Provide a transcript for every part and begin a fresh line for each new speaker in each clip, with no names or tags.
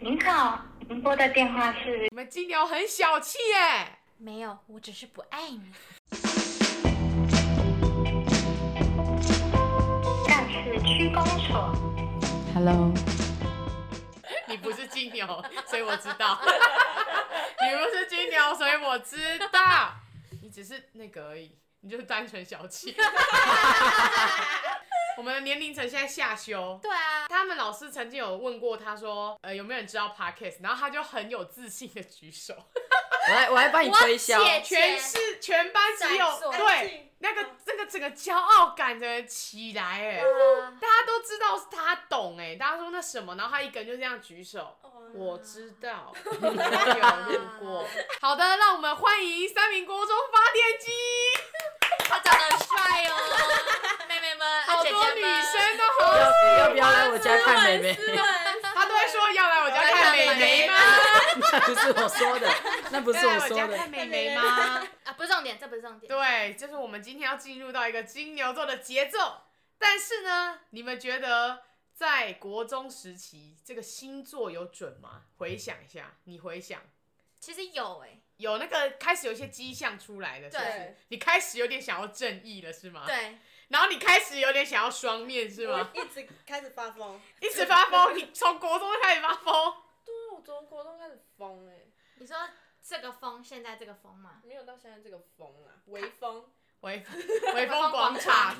您好，您拨的电话是
你们金鸟很小气耶！
没有，我只是不爱你。
干事区公所。
Hello，
你不是金牛，所以我知道。 你不是金牛，所以我知道。你只是那个而已，你就是单纯小气。 我们的年龄层现在下修，
对啊，
他们老师曾经有问过他说，呃，有没有人知道 podcast？然后他就很有自信的举手，
我来我来帮你推销
我，姐
全是全班只有
闪烁
对那个那个整个骄傲感的起来哎。
啊
大家都知道是他懂哎、大家说那什么，然后他一个人就这样举手，我知道，我有路过。好的，让我们欢迎三民国中发电机，
他长得很帅 哦，妹妹们，啊
好
姐
多
姐
女
们
生都好 喜
要要不要来我家看妹 妹？
欢，他都会说要来我家看美眉吗？
那不是我说的，那不是
要来
我
我
说
家
的
看。美眉吗？
啊，不是重点，这不是重点。
对，就是我们今天要进入到一个金牛座的节奏。但是呢，你们觉得在国中时期这个星座有准吗？回想一下，你回想。
其实有哎、
有那个开始有一些迹象出来了，是不是
对？
你开始有点想要正义了，是吗？。
对，
然后你开始有点想要双面，是吗？
一直开始发疯。
一直发疯，你从国中就开始发疯，
对啊，我从国中开始疯哎、
你说这个风，现在这个风嘛，
没有到现在这个疯啊，微风。
微微风广场，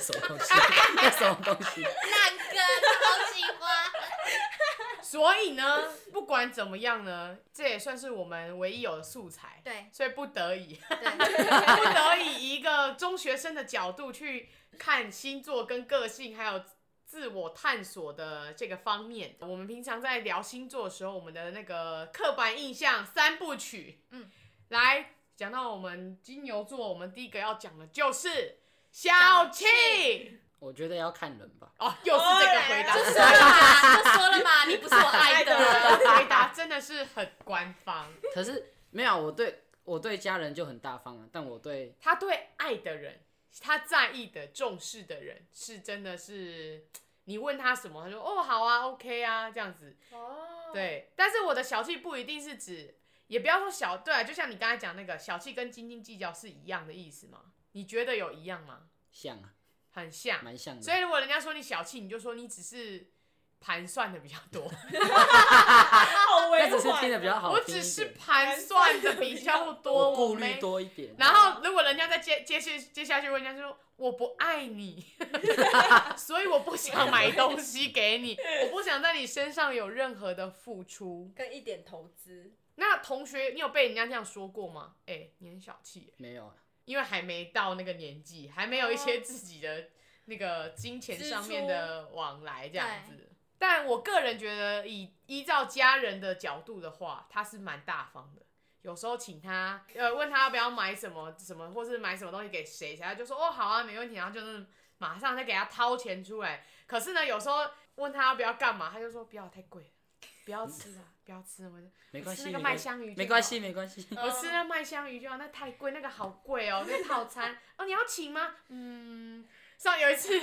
什么 东西？什么东西？
烂根好喜欢。
所以呢，不管怎么样呢，这也算是我们唯一有的素材。
对
所以不得已，
对，
不得已以一个中学生的角度去看星座跟个性，还有自我探索的这个方面。我们平常在聊星座的时候，我们的那个刻板印象三部曲，
嗯，
来讲到我们金牛座，我们第一个要讲的就是小气。
我觉得要看人吧。
哦，又是这个回答，哎
就 说了嘛，就说了嘛，你不是我爱
这
的。
个回答真的是很官方。
可是没有，我对我对家人就很大方啊，但我对
他对爱的人，他在意的、重视的人，是真的是你问他什么，他说哦好啊，OK 啊这样子。
哦。
对，但是我的小气不一定是指，也不要说小，对啊，就像你刚才讲那个小气跟斤斤计较是一样的意思吗？你觉得有一样吗？
像啊，
很像，
蛮像的。
所以如果人家说你小气，你就说你只是盘算的比较多，
好
那
委
只是听的比较 好
我
听
只
一
是
点。
盘算的比较多，
我顾
没
虑多一点。
然后如果人家再接接续接下去问人家说我不爱你，所以我不想买东西给你，我不想在你身上有任何的付出。
跟一点投资。
那同学，你有被人家这样说过吗？哎、你很小气耶，
没有啊，
因为还没到那个年纪，还没有一些自己的那个金钱上面的往来这样子。但我个人觉得以，依照家人的角度的话，他是蛮大方的。有时候请他，呃，问他要不要买什么什么，或是买什么东西给谁，他就说哦好啊，没问题，然后就是马上再给他掏钱出来。可是呢，有时候问他要不要干嘛，他就说不要太贵了，不要吃啊，不要吃，我就
没关系，
吃那个
没
麦
关系
香鱼就好
没关系，没关系。
我吃那麦香鱼就好，那太贵，那个好贵哦，那套餐哦，你要请吗？嗯，上有一次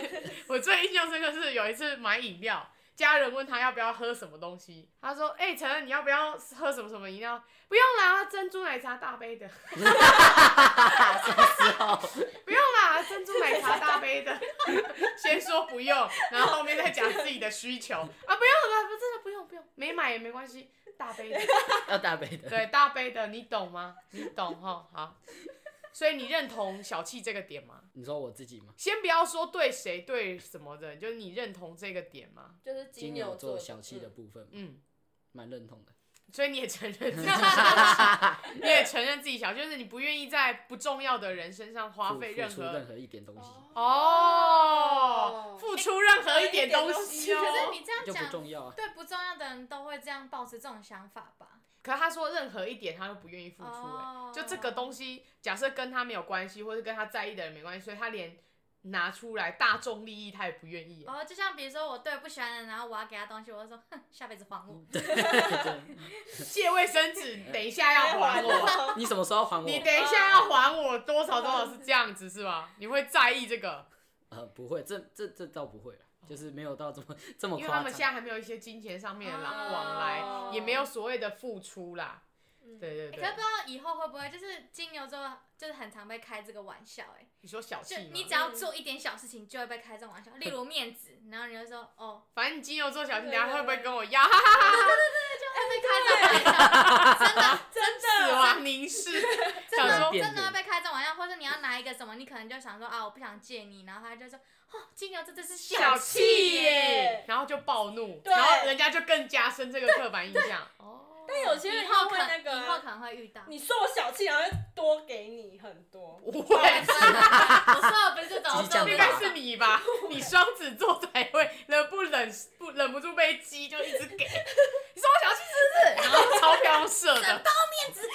我最印象深刻是有一次买饮料，家人问他要不要喝什么东西，他说：“哎、陈恩，你要不要喝什么什么饮料？不用啦，珍珠奶茶大杯的，
之后
不用啦，珍珠奶茶大杯的。”先说不用，然后后面再讲自己的需求啊，不用了，不真的不用不用，没买也没关系，大杯的。
要大杯的。
对，大杯的，你懂吗？你懂哈？好，所以你认同小气这个点吗？
你说我自己吗？
先不要说对谁对什么的，就是你认同这个点吗？
就是
金
牛
牛座小气
气
的部分，
嗯，
蛮认同的。
所以你也承认自己小气，你也承认自己小气， 就是你不愿意在不重要的人身上花
付
费
付
任
出
何
任何一点东西，
哦
哦，付出任何一点东西
哎可是
哦。
你这样
就不
讲，
重要啊。
对不重要的人都会这样抱持这种想法吧？
可他说任何一点他都不愿意付出、哎、
哦
就这个东西，假设跟他没有关系，或者跟他在意的人没关系，所以他连拿出来大众利益他也不愿意、哎
哦，就像比如说我对不喜欢的人，然后我要给他东西，我就说哼，下辈子还
哦
我。
借卫生纸，等一下要还我，
我。
你什么时候还我？
你等一下要还我多少多少是这样子是吧？你会在意这个？
呃，不会，这这这倒不会了。就是没有到这么这么
因为他
哦夸
们现
张。
在还没有一些金钱上面的
哦
往往来，
哦
也没有所谓的付出啦。
嗯
对对
欸可是
对
不知，道以后会不会就是金牛座就是很常被开这个玩笑哎、
你说小气
就
吗？
你只要做一点小事情就会被开这种玩笑，例如面子，然后你就说哦，
反正你金牛座小气，
对
等下会不会
对
跟我要？哈哈哈
被开这种玩笑，真的
真
死
的，
亡凝视，
真
想
的
说
变
真的
的
会被开这种玩笑，或者你要拿一个什么，你可能就想说啊，我不想借你，然后他就说哦，金牛这真是
小气
气
耶
耶，
然后就暴怒，
对
然后人家就更加深这个刻板印象。哦，
但有些
以
人
后
他
可
会那个
以后
啊，
可能会遇到。
你说我小气，然后就多给你很多，
不
我
会，
说的不是这 哎种，
激
我说
将
应
的是
该是你 吧？你双子座才会忍不忍不忍不住被激，就一直 给。你说我小气是不是？然后钞票用射的，包 面子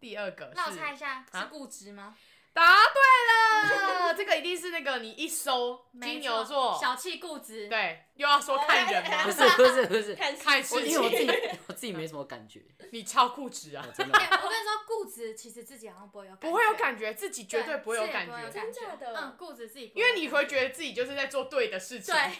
第二个
那我
是
猜一下，
啊
是固执吗？
答对了，这个一定是那个你一搜金牛座
没错，小哦气固执。
对，又要说看人
哎哎
不
吗
哎？
是不是不是，
看
看
我
事
因为我自
情，
己 我自己没什么感觉，
你超固执啊
我！真的
哎我跟你说，固执其实自己好像不会有，
不会有，感觉，自己绝对
对
不会有
自己也
感
不会有
觉，
感
真
觉
假的，
嗯，固执自己不会
因
有
为
感觉，
你会觉得自己就是在做对的事情。
对，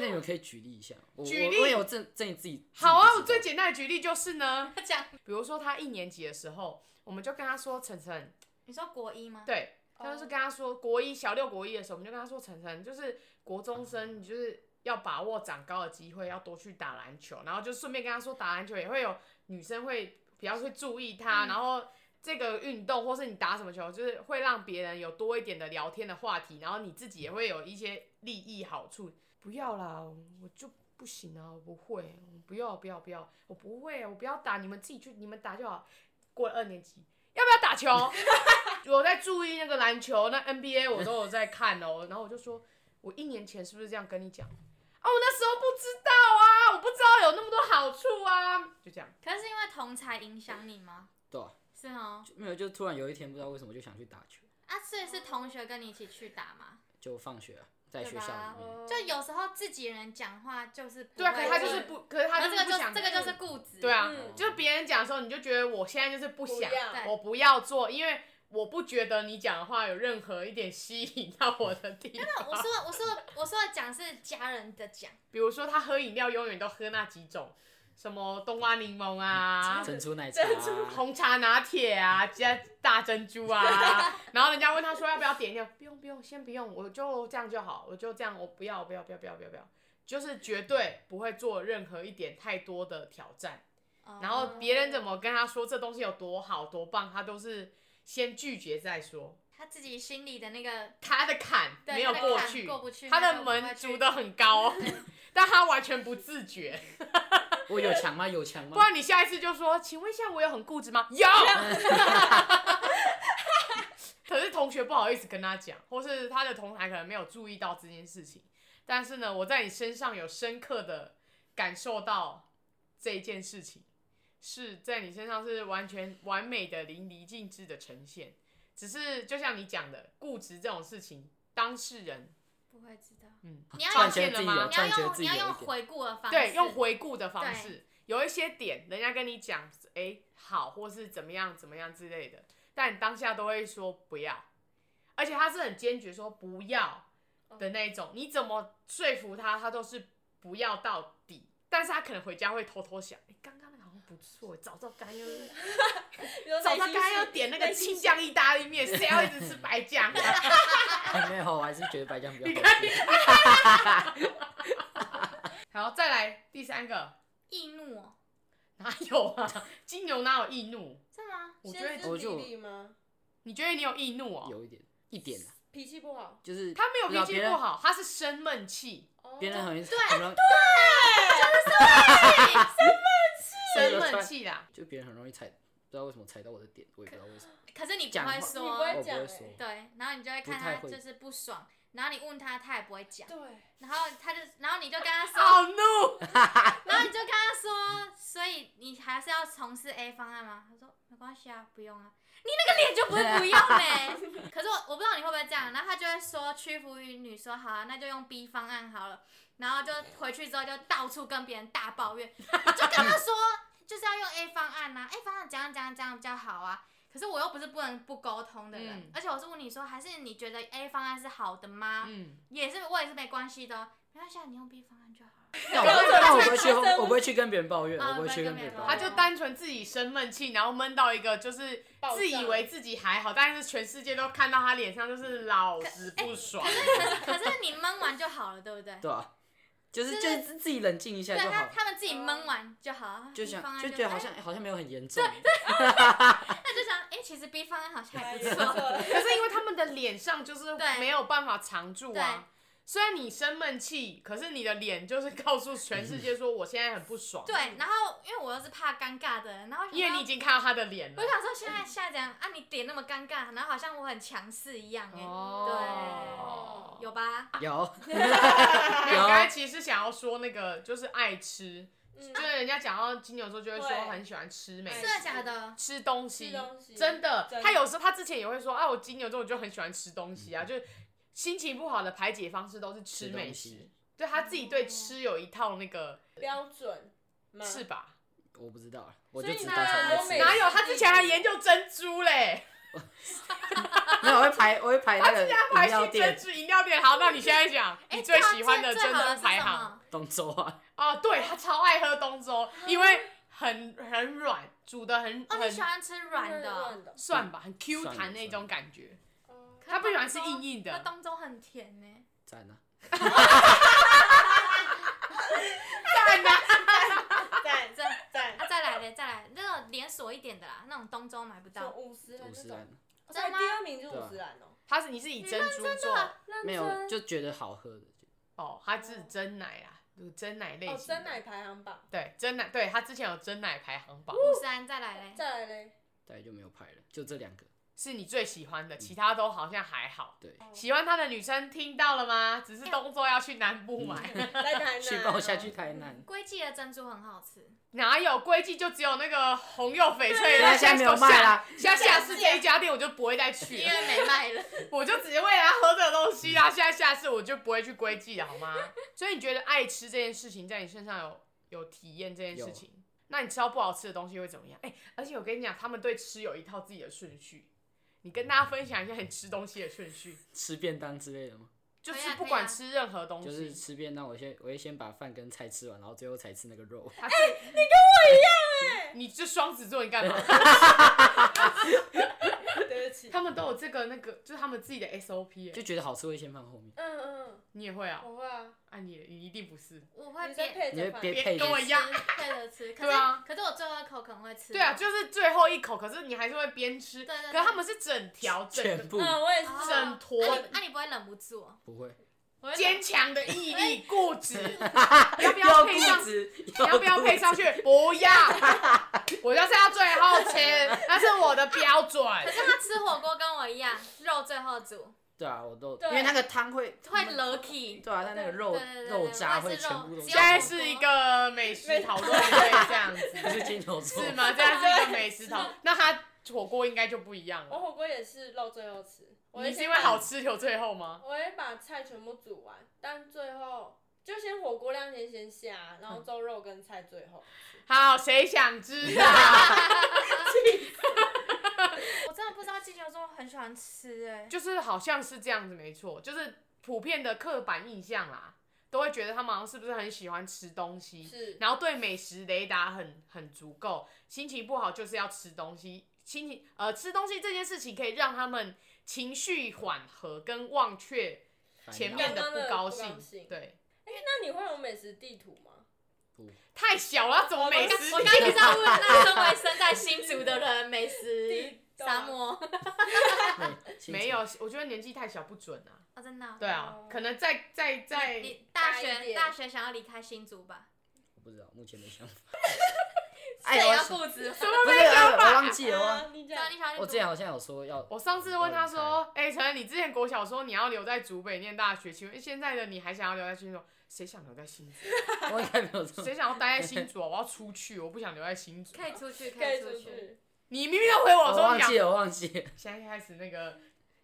那你们可以举例一下，我
举例
我我有证证自己。
好啊，我
自己
最
不知道
简单的举例就是呢，
他讲，
比如说他一年级的时候，我们就跟他说晨晨，
你说国一吗？
对，
哦
他就是跟他说国一小六国一的时候，我们就跟他说晨晨就是国中生，你就是要把握长高的机会，要多去打篮球，然后就顺便跟他说打篮球也会有女生会比较会注意他，
嗯
然后。这个运动，或是你打什么球，就是会让别人有多一点的聊天的话题，然后你自己也会有一些利益好处。不要啦，我就不行啊，我不会，我不要不要不要，我不会，啊我不要打，你们自己去，你们打就好。过了二年级，要不要打球？我在注意那个篮球，那 NBA 我都有在看哦。然后我就说，我一年前是不是这样跟你讲？哦，我那时候不知道啊，我不知道有那么多好处啊，就这样。
可是因为同才影响你吗？
对啊
是哦，
没有，就突然有一天不知道为什么就想去打球，
啊，所以是同学跟你一起去打吗？
就放学啊在
对
学校
吧
里面。
就有时候自己人讲话就是不
对啊，可
会
是他就
听
是，不，可是他
那
就
这
是
个
不
就
想
这个就是固执，
对啊，
嗯
就是别人讲的时候，你就觉得我现在就是不
不
想
一，样
对
我不要做，因为我不觉得你讲的话有任何一点吸引到我的地
那哦我
方。
说我说我说的讲是家人的讲，
比如说，他喝饮料永远都喝那几种，什么冬瓜柠檬啊，
珍珠奶茶啊，
珍珠
红茶拿铁啊，加大珍珠 啊，然后人家问他说要不要点一点，不用不用，先不用，我就这样就好，我就这样，我不要不要不要不要不要不要，就是绝对不会做任何一点太多的挑战。
哦
然后别人怎么跟他说这东西有多好多棒，他都是先拒绝再说，
他自己心里的那个
他的坎
对
没有
他的
过
坎
去，
过不去
他
他
的
就不会
门
去
筑得很高哦，但他完全不自觉。
我有强吗？有强吗啊
不？然你下一次就说，请问一下，我有很固执吗？有。可是同学不好意思跟他讲，或是他的同台可能没有注意到这件事情。但是呢，我在你身上有深刻的感受到这一件事情，是在你身上是完全完美的淋漓尽致的呈现。只是就像你讲的，固执这种事情，当事人
不会知道，
嗯，
你要
突然
发现了
觉得自己
吗
有，
你
突
要
然觉得
用
自
你
己有
要
一
用
点。
回顾的方式，
对，用回顾的方
对
式，有一些点人家跟你讲，哎、好，或是怎么样怎么样之类的，但你当下都会说不要，而且他是很坚决说不要
哦
的那一种，你怎么说服他，他都是不要到底，但是他可能回家会偷偷想，哎、刚刚那个好像不错，早知道该 要。早
早
知道该要点那个青酱意大利面，谁要一 直吃白酱、啊？
哎 没有，我还是觉得白酱比
你
较
看
好吃。
好，再来第三个，
易怒哦，
哪有啊？ 金牛哪有易怒？
是 吗？
我觉得
我就
比例吗？
你觉得你有易怒哦？
有一点，一点啊，
脾气不好，
就是
他没有
知道
脾气
别人
不好，他啊是生闷气，
哦
别人很对
对
很容易，对
生闷气啦。
就别人很容易踩，不知道为什么踩到我的点，我也不知道为什么，
可是你不
讲
会
话
你不
说，
会
我不
讲
会
欸
说。
对，然后你就会
不
看
太
他
会
就是不爽，然后你问他，他也不会讲，
对，
然后他就，然后你就跟 他说，
好怒！
然后你就跟他说，所以你还是要从事 A 方案吗？他说没关系啊，不用啊。你那个脸就不会不用 嘞、可是我我不知道你会不会这样，然后他就会说屈服于你说好啊，那就用 B 方案好了。然后就回去之后就到处跟别人大抱怨，你就跟他说就是要用 A 方案呐、a 方案怎样怎样怎样比较好啊。可是我又不是不能不沟通的人，
嗯
而且我是问你说，还是你觉得 A 方案是好的吗？
嗯，
也是我也是没关系的哦，没关系，啊，你用 B 方案就好了。
但我但我不会去，我不会去跟别人抱怨，
啊
我不会去跟别人抱
他
怨。
就单纯自己生闷气，然后闷到一个就是
爆炸
自以为自己还好，但是全世界都看到他脸上就是老子不爽。
可是你闷完就好了，对不对？
对啊，就是
就
就是是自己冷静一下
对
就
他
好，
他们自己闷完就好啊，
就
B 方
想
案
就
就
觉得好
哎
像好像没有很严重。
那就想哎、其实 B 方案好像还
哎
不
也不错
错。
了
可是因为他们的脸上就是
对
没有办法藏住
对
啊。虽然你生闷气，可是你的脸就是告诉全世界说我现在很不爽。
对，然后因为我又是怕尴尬的人，然后我想
因为
说
你已经看到他的脸
我
了。
想说现在现在这样啊，你点那么尴尬，然后好像我很强势一样哎、
哦
有吧？
有，
没有
有
啊我刚才其实想要说那个就是爱吃，
嗯
就是人家讲到金牛座就会说
对
很喜欢吃美
爱
食
吃
真。的假的？
吃东西，
吃东西
真的，
真的
他有时候他之前也会说啊，我金牛座我就很喜欢吃东西啊，就是心情不好的排解方式都是吃
嗯吃
美
东
食
西，
对他自己对吃有一套那个
标准
嗯
吗？
是吧？
我不知道啊，我就
所以
只
呢
单纯爱
我每
吃。
次
哪有？他之前还研究珍珠嘞，
没有，我会排我会排那个
他
嗯饮
还
料
去珍
店
珠饮料店。好，那你现在讲
哎
你最喜欢的
最
珍
最好的
珠
是
排
什
行
么？
东周啊，
哦，对他超爱喝东周，因为很很软，煮的很
啊哦，你喜
很
欢吃软的哦？
的，
算吧，很 Q
算
弹那
了算
种
了
感觉。
哦
他不喜欢吃硬硬
那
的，
东中很甜呢、
赞啊！
啊
赞
这
赞，
啊，再来嘞，再来那种连锁一点的啦，那种东周买不
就
到。
五十人
五十啊
这种，哦
兰
所以
真的吗
第二名是五十兰哦，
他是你是以珍珠做
认
啊没
真
有就觉得好喝的，
哦，它是真奶啦，就是真奶类型
哦，
的。
真奶排行榜，
对真奶，对它之前有真奶排行榜，
五三，再来嘞。
再来嘞，
大概就没有排了，就这两个。
是你最喜欢的，其他都好像还好。
对，
喜欢它的女生听到了吗？只是东周要去南部
嗯
买，
在台南，啊
去帮我下去，台南。
龟记的珍珠很好吃，
哪有龟记就只有那个红柚翡翠，
对啊现在没有卖啦
啦。现在下次这一家店我就不会再去
因
了，
为没 卖了。
我就直接为了它喝这个东西啦。现在下次我就不会去龟记了，好吗？所以你觉得爱吃这件事情在你身上有有体验这件事情？那你吃到不好吃的东西会怎么样？哎、而且我跟你讲，他们对吃有一套自己的顺序。你跟大家分享一下你吃东西的顺序，
吃便当之类的吗？
就是不管吃任何东西，
哎就是吃便当，我先我会先把饭跟菜吃完，然后最后才吃那个肉。
他是、你跟我一样哎、你这双子座你干嘛？
对不起，嗯
他们都有这个那个，就是他们自己的 SOP 哎、
就觉得好吃会先放后面，
嗯嗯，
你也会啊？
我会啊，
啊你你一定不是。
我
女
会
生
边
配
你会
着放，
边
别
配着
跟我一
吃
样
配着吃，可
对
是、
啊
可是我最后一口可能会吃。
对啊，就是最后一口，可是你还是会边吃。
对对对
可是他们是整条整
全部
嗯，我也是，
哦
整坨
啊你啊你不会忍不住哦、
不会。
我 会
坚强的毅力、固执， 要不要
要
配上
哎固？执，
你 要不要配上去？不 要，我就是要最后签，那是我的标 准。
可是他吃火锅跟我一样，肉最后煮，
对啊，我都
对
因为那个汤会，
会 lucky。
对啊，它那个肉
对对对对
肉渣
我
会
也是
全
肉
部都
只
现在是一个美食讨论会这样
不
子，
是金牛 座
是 吗？现在是一个美食讨，那它火锅应该就不一样
我
哦
了。
火锅也是肉最后吃，我会
哦你是
先
因为
把
好吃留最后吗？
我会把菜全部煮完，但最后就先火锅量先先下，然后粥肉跟菜最后。
好，谁想知道？
我真的不知道金牛座很喜欢吃哎、
就是好像是这样子，没错，就是普遍的刻板印象啦，都会觉得他们好像是不是很喜欢吃东
嗯
西，
是
然后对美食雷达很很足够，心情不好就是要吃东西，心情呃吃东西这件事情可以让他们情绪缓和跟忘却
哎
前面的
刚刚的
不高
不高
兴，
兴
对，
那你会有美食地图吗？
太小了，怎么美食
我刚刚就是要问，那身为生在新竹的人，美 食沙漠，
没有，我觉得年纪太小不准啊，
哦，真的哦、
对啊
哦，
可能在在在
你大
大一
学
点
大学想要离开新竹吧？
我不知道，目前没想法。
哎
这也
我
要固执吗？
不是我忘记了，我忘
啊，你
对啊，
讲
你想要
我之前好像有说要，
嗯我上次问他说：“哎、陈恩，你之前国小说你要留在竹北念大学，请问现在的你还想要留在新竹？谁想留在新竹？
我应该没有说
谁，想要待在新竹啊？我要出去，我不想留在新竹。
可以出去，
啊
可以
出
出
去。
去。
你明明就 回我
我
说
哦忘
你
记
要……
了，我忘记了，
现在开始那个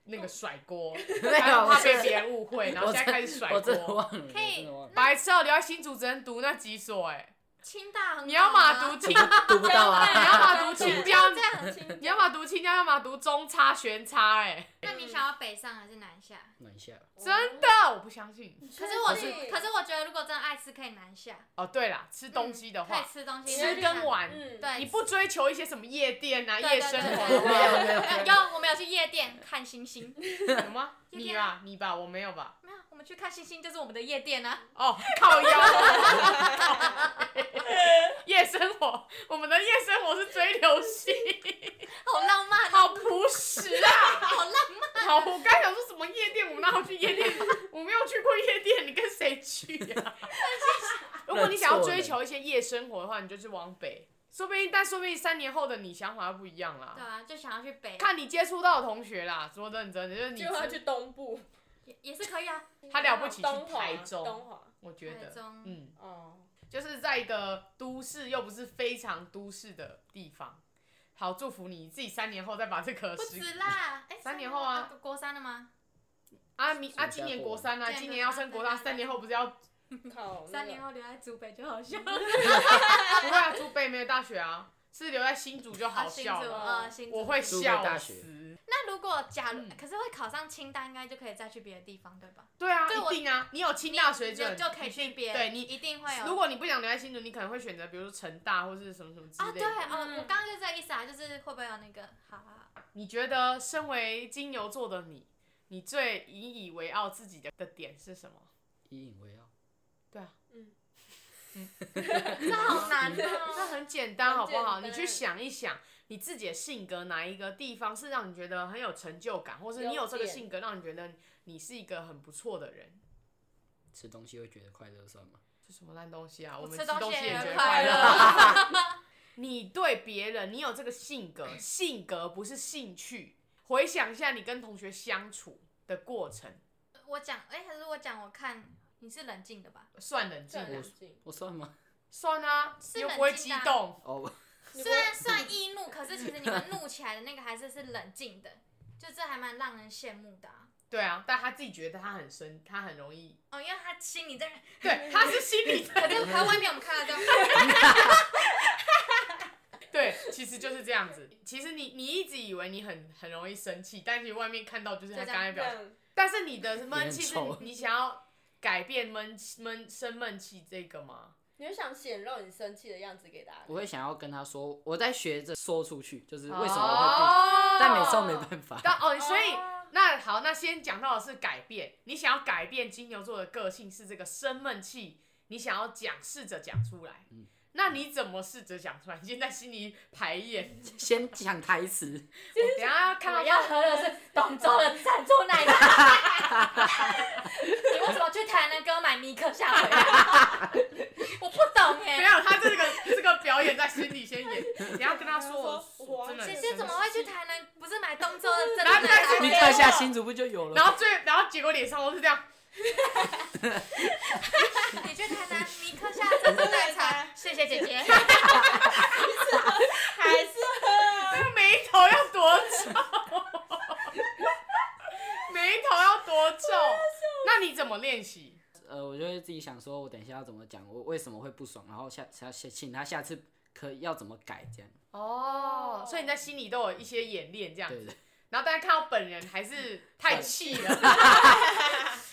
那个甩 锅，
哦没有，我
怕被
真
别
的，
人误会，然后
我
现在开始
真
甩
我真的
锅。
忘了，我
可以
真的忘了。
白痴哦，留在新竹只能读那几所哎、
清大很啊
你要
嘛
嘛读
读
清，
不读不到
交 代
哎你
啊。
要嘛读清交，
这样，
你要嘛读清交，要嘛读中差全差，哎，
那你想要北上还是南下？
暖一下吧，
真的，我不相信。
可是我
确定
可是我觉得如果真的爱吃，可以南下。
哦，对啦，吃东西的
可
话
以，吃东西，
吃跟玩，
嗯，
对，
你不追求一些什么夜店啊、
对
夜生活啊
对
有
对
没有
对对对有，我们有去夜店看星星，
有吗？你
啊
吧，你吧，我没有吧？
没有，我们去看星星就是我们的夜店啊。
哦，靠 腰。夜生活，我们的夜生活是追流星，
好浪漫，啊
好朴实啊！
好浪 漫。
好，我刚想说什么夜店，我们哪有去夜店？我没有去过夜店，你跟谁去呀、如果你想要追求一些夜生活的话，你就是往北，说不定，但说不定三年后的你想法不一样啦
对。啊，就想要去北，
看你接触到的同学啦，说认真的，就是你
就他去东部，
也也是可以啊。
他了不起
东
去
华
台中
东，华，
我觉
台
得
中，
嗯，
哦，
就是在一个都市又不是非常都市的地方。好，祝福你自己三年后再把这个
不
实
止啦，哎，
三年后啊，
国三了吗？
啊你啊，
暑假
今年
过
国三啊，
完
今年要升国大，
对对对对
三年后不是要
靠，
三年
后，
后留在祖北就好笑。
不会啊，住北没有大学啊，是留在新竹就好笑了，
啊新竹呃新竹
我会
竹北
笑
大学
死。
那如果假如
嗯，
可是会考上清大，应该就可以再去别的地方，对吧？
对啊，
对我
一定啊，你有清大水准
你就就可以
一定
去别，
对
一
你，
定会有。
如果你不想留在新竹，你可能会选择比如说成大或是什么什么之
啊，
类
对
的。
哦，
嗯
我刚刚就这个意思啊，就是会不会有那个，好好好。
你觉得身为金牛座的你，你最引以为傲自己的的点是什
嗯
么？
引以为傲。
对啊，
这好难
那
哦。
很简单，好不好？
很简单
你去想一想，你自己的性格哪一个地方是让你觉得很有成就感，或是你有这个
优点
性格让你觉得你是一个很不错的人？
吃东西会觉得快乐算吗？
这什么烂东西啊！
我
们
吃
吃
东
东
西
西
也
觉
很
得
快
快
乐。
你对别人，你有这个性格，性格不是兴趣。回想一下你跟同学相处的过程，
我讲，哎、还是我讲，我看你是冷静的吧？
算冷静
算
啊
冷
我，
静，
我 算吗？
算啊，
是
又
冷静的啊
不会激动。
哦，
你不
虽
嗯
然算易怒，可是其实你们怒起来的那个还是是冷静的，就这还蛮让人羡慕的、啊。
对啊，但他自己觉得他很生，他很容 易，
哦，因为他 心里在，
对，他是心 理
可
的，
是他外面我 们看到这样，
对，其实就是这样子。其实你你一直以为你很很容易生气，但其实外面看到就是他
就这
刚
样
才表现，
让
但是你的闷气
也
是
很臭
你想要改变闷气闷生闷气这个吗？
你就想显露你生气的样子给大家
我
看，
会想要跟他说，我在学着说出去，就是为什么我会不，
哦
但每次都没办法。
但哦，所以、
哦
那好，那先讲到的是改变。你想要改变金牛座的个性是这个生闷气，你想要讲，试着讲出来。
嗯
那你怎么试着讲出来？你先在心里排 演，
先讲 台词，
我等一下要看到
要喝的是董卓的珍珠奶茶。 你为什么去台南给我买米克夏回来？ 我不懂哎、
没有他这个这个表演在心里先 演，你要跟他说，我
说
我真的
姐
很
姐
生
怎么
气。
会去台南？不是买东州的珍珠
然后
奶
再
茶
去
给
你
我？
看一下新竹不就有了？
然后最然后结果脸上都是这样，
你去台南，你喝下珍珠奶茶，谢谢姐姐。
还是
那个眉头要多皱， 眉头要多 皱。那你怎么练习？
呃，我就会自己想说，我等一下要怎么讲，我为什么会不爽，然后下下下请他下次可以要怎么改这样。
哦，所以你在心里都有一些演练这样
对
子，
的，
然后大家看到本人还是太气 了，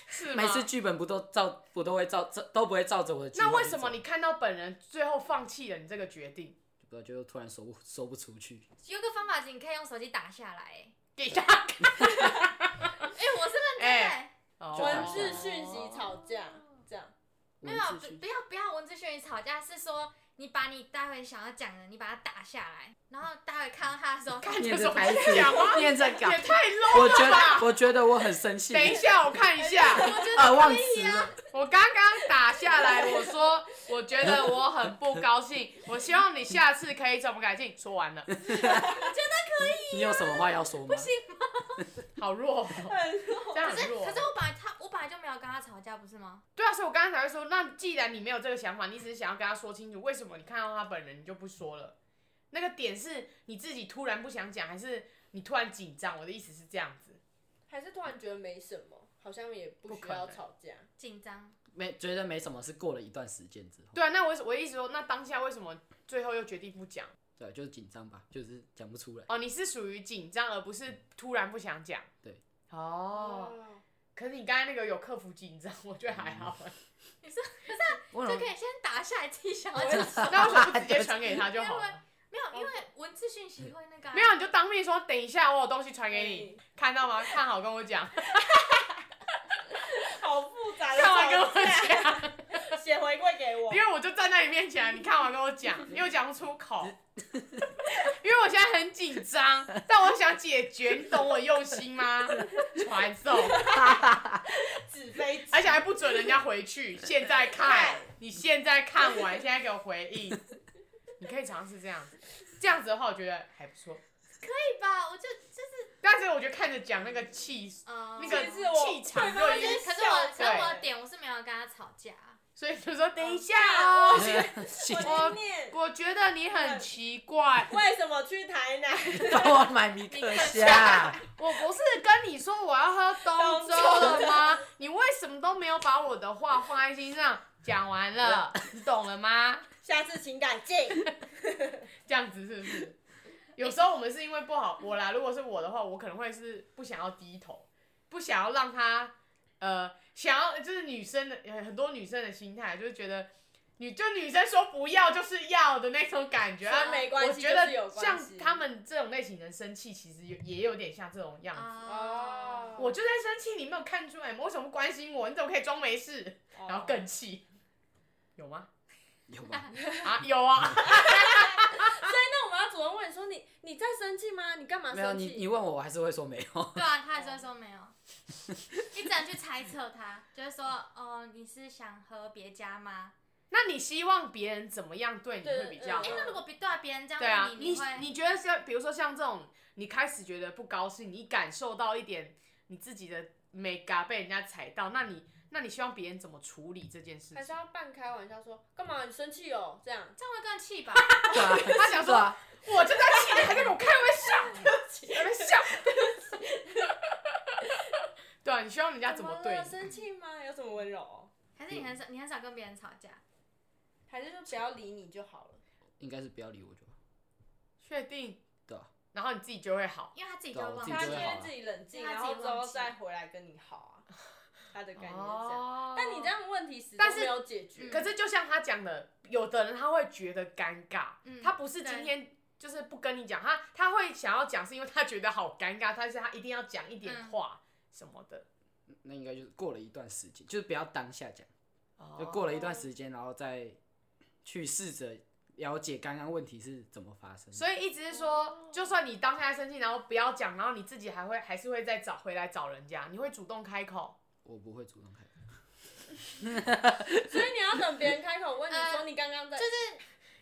是吗
每？次剧本不都照不都会照这都不会照着我的计划
那
去走。
为什么你看到本人最后放弃了你这个决定？
不就突然说不说不出去？
有个方法是，你可以用手机打下来、欸。
给 他看
哎、我是认真的、欸
哎哦
文字讯息吵架这样，
没有，
文字
不
去
不要不要文字讯息吵架，是说你把你待会想要讲的，你把它打下来，然后待会看到他的时候，
哦看
念
这
着
种
台
是讲吗
词，？念着稿
也。太 low
我
了
觉
吧！
得，我觉得我很生气。
啊等一下，我看一 下。
我觉
啊，
得
忘
可
词
以啊。
了。
我刚刚打下来，我说 我觉得我很不高兴，我希望你下次可以怎么改进。说完了，
你有什么话要说吗？
好弱哦，这样
可
很
是
弱。啊哦
可是我本来他我本来就没有跟他吵架，不是吗？
对啊，所以我刚刚才会说，那既然你没有这个想法，你只是想要跟他说清楚，为什么你看到他本人你就不说了？那个点是你自己突然不想讲，还是你突然紧张？我的意思是这样子，
还是突然觉得没什么，好像也不需
不可
要
能
吵架，
紧张，
没觉得没什么，是过了一段时间之后，
对啊，那我我的意思说，那当下为什么最后又决定不讲？
对，就是紧张吧，就是讲 不出来。
哦，你是属于紧张，而不是突然不想讲。
对。
哦，
哦，
可是你刚才那个有克服紧张，我觉得还好。
我
就
想
可以先打下来听
哦
小姐。
那为什么不直接传给他就好了？
没有，因为文字讯息会那个、啊。
没有，你就当面说，等一下我有东西传给你
嗯，
看到吗？看好跟我讲，
好复杂的
看完跟我
吵
讲，
架，写回馈给我
因。为我就站在你面前，你看完跟我讲，因为我讲不出口，因为我现在很紧张，但我想解决，你懂我用心吗？传送，
纸飞机，
而且还不准人家回去，现在看，你现在看完，现在给我回应，你可以尝试这样子，这样子的话我觉得还不错，
对吧？我就就是
但是我觉得看着讲那个气，
呃，
那个
其实我
气场
对方
就已经
可
先
是我，可
对
是我的点我是没有跟他吵架啊。
所以就说等一下
我
哦。
我念
我觉得你很奇怪，
为什么去台南？
帮我买米克虾，
我不是跟你说我要喝东周了 吗？你为什么都没有把我的话放在心上？讲完了，你懂了吗？
下次请改进。
啊这样子是不是？有时候我们是因为不好，我啦，如果是我的话，我可能会是不想要低头，不想要让他，呃，想要就是女生的很多女生的心态，就是觉得女就女生说不要就是要的那种感觉，啊
说没关系
我觉
就是有
得
关
像
系
他们这种类型人生气，其实也也有点像这种
啊
样子。
哦
我就在生气，你没有看出来吗？为什么不关心我？你怎么可以装没事？
哦
然后更气，有吗？
有吗？
啊，有啊。
那我们要主动问你说你你在生气吗？你干嘛
没有，
生
你
气？
你问我，我还是会说没有。
对啊，他还是会说没有，一直去猜测他，就是说，哦，你是想喝别家吗？
那你希望别人怎么样对你
对
会比较
嗯
好
哎、？那如果别对啊别人这样
对啊，
问你，
你
会
你觉得像比如说像这种，你开始觉得不高兴，你感受到一点你自己的美感被人家踩到，那你那你希望别人怎么处理这件事
还是
情？
要半开玩笑说干嘛你生气哦这样。
这样会更气吧？
对啊，
他想说
对啊，
我就在气，你还在跟我开玩笑，还在笑。 对啊，你希望人家怎么对
了
你？
生气吗？有什么温柔哦？
还是你很少你很少跟别人吵架？
还是就不要理你就好了。
应该是不要理我就好。
确定，
对啊，
然后你自己就会好。
因为他自己就会
对啊我
忘
自己
记
他
就
今
会
天自己冷静，然后之后再回来跟你好啊。他的概念是这样。但你这样问题始
哦但
终
是嗯
没有解决。
可是就像他讲的，有的人他会觉得尴尬，
嗯
他不是今天就是不跟你讲，他他会想要讲，是因为他觉得好尴尬，但是他一定要讲一点话什么的。
那应该就是过了一段时间，就是不要当下讲，就
哦
过了一段时间，然后再去试着了解刚刚问题是怎么发生的。
所以一直是说
哦，
就算你当下生气，然后不要讲，然后你自己还会还是会再找回来找人家，你会主动开口。
我不会主动开口。
所以你要等别人开口问你说
呃
你刚刚在，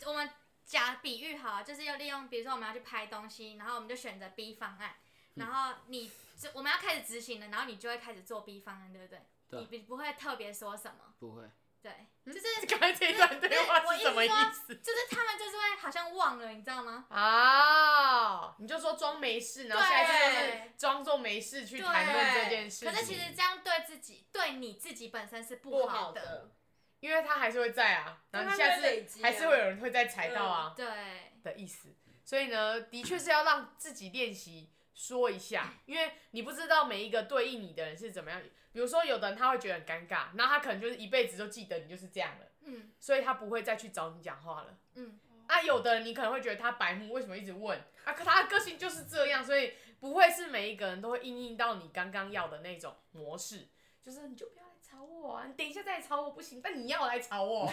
我们假比喻好了，就是要利用，比如说我们要去拍东西，然后我们就选择 B 方案，
嗯
然后你就我们要开始执行了，然后你就会开始做 B 方案，对不对？
对
你不不会特别说什么，
不会，
对，
嗯
就是
刚才这一段对
我
话
意
是
思
什么意
说
思？
就是他们就是会好像忘了，你知道吗？
啊，你就说装没事，然后
对
下一次就是装作没事去谈论这件事
可是其
情，
实这样对自己、对你自己本身是
不
好
好
的，
的，
因为他还是会在啊，然后你
但
下
他会累
次
积啊
还是会有人会再踩到啊。
对，
的意思。所以呢，的确是要让自己练习说一下，因为你不知道每一个对应你的人是怎么样。比如说，有的人他会觉得很尴尬，那他可能就是一辈子都记得你就是这样了，
嗯
所以他不会再去找你讲话了。
嗯，
啊，有的人你可能会觉得他白目，为什么一直问？啊，可他的个性就是这样，所以不会是每一个人都会应应到你刚刚要的那种模式，就是你就不要来吵我啊，你等一下再来吵我不行，但你要来吵我，